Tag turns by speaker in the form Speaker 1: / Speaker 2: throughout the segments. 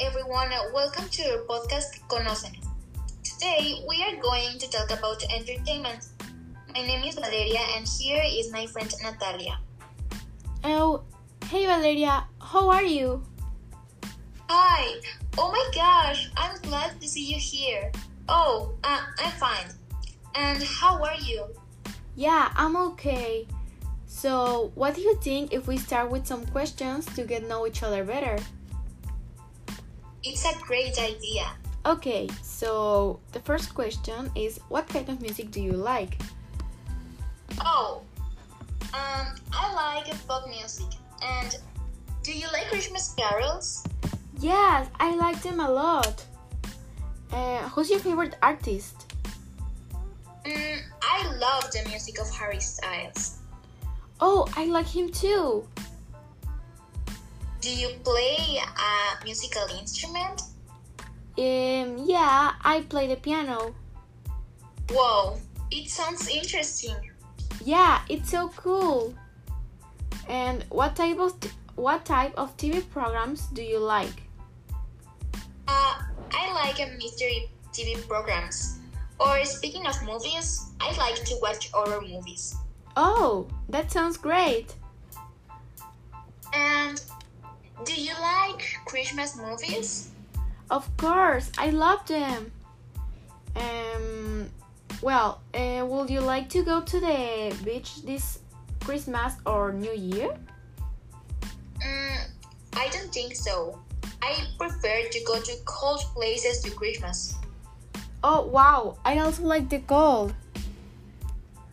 Speaker 1: everyone, welcome to your podcast Conócenos. Today we are going to talk about entertainment. My name is Valeria and here is my friend Natalia.
Speaker 2: Oh, hey Valeria, how are you?
Speaker 1: Hi! Oh my gosh, I'm glad to see you here. Oh, uh, I'm fine. And how are you?
Speaker 2: Yeah, I'm okay. So, what do you think if we start with some questions to get know each other better?
Speaker 1: It's a great idea.
Speaker 2: Okay, so the first question is what kind of music do you like?
Speaker 1: Oh, um, I like folk music. And do you like Christmas carols?
Speaker 2: Yes, I like them a lot. Uh, who's your favorite artist?
Speaker 1: Mm, I love the music of Harry Styles.
Speaker 2: Oh, I like him too.
Speaker 1: Do you play a musical instrument?
Speaker 2: Um, yeah, I play the piano.
Speaker 1: Whoa, it sounds interesting.
Speaker 2: Yeah, it's so cool. And what type of t- what type of TV programs do you like?
Speaker 1: Uh, I like uh, mystery TV programs. Or speaking of movies, I like to watch horror movies.
Speaker 2: Oh, that sounds great.
Speaker 1: And do you like Christmas movies?
Speaker 2: Of course, I love them. Um, well, uh, would you like to go to the beach this Christmas or New Year?
Speaker 1: Mm, I don't think so. I prefer to go to cold places to Christmas.
Speaker 2: Oh wow, I also like the cold.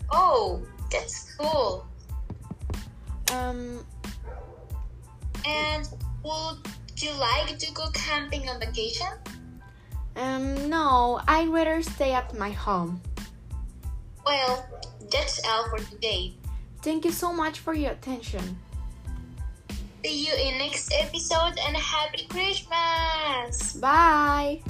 Speaker 1: Oh, that's cool.
Speaker 2: Um,
Speaker 1: And would you like to go camping on vacation?
Speaker 2: um, no, I'd rather stay at my home.
Speaker 1: Well, that's all for today.
Speaker 2: Thank you so much for your attention.
Speaker 1: See you in next episode and happy Christmas!
Speaker 2: Bye.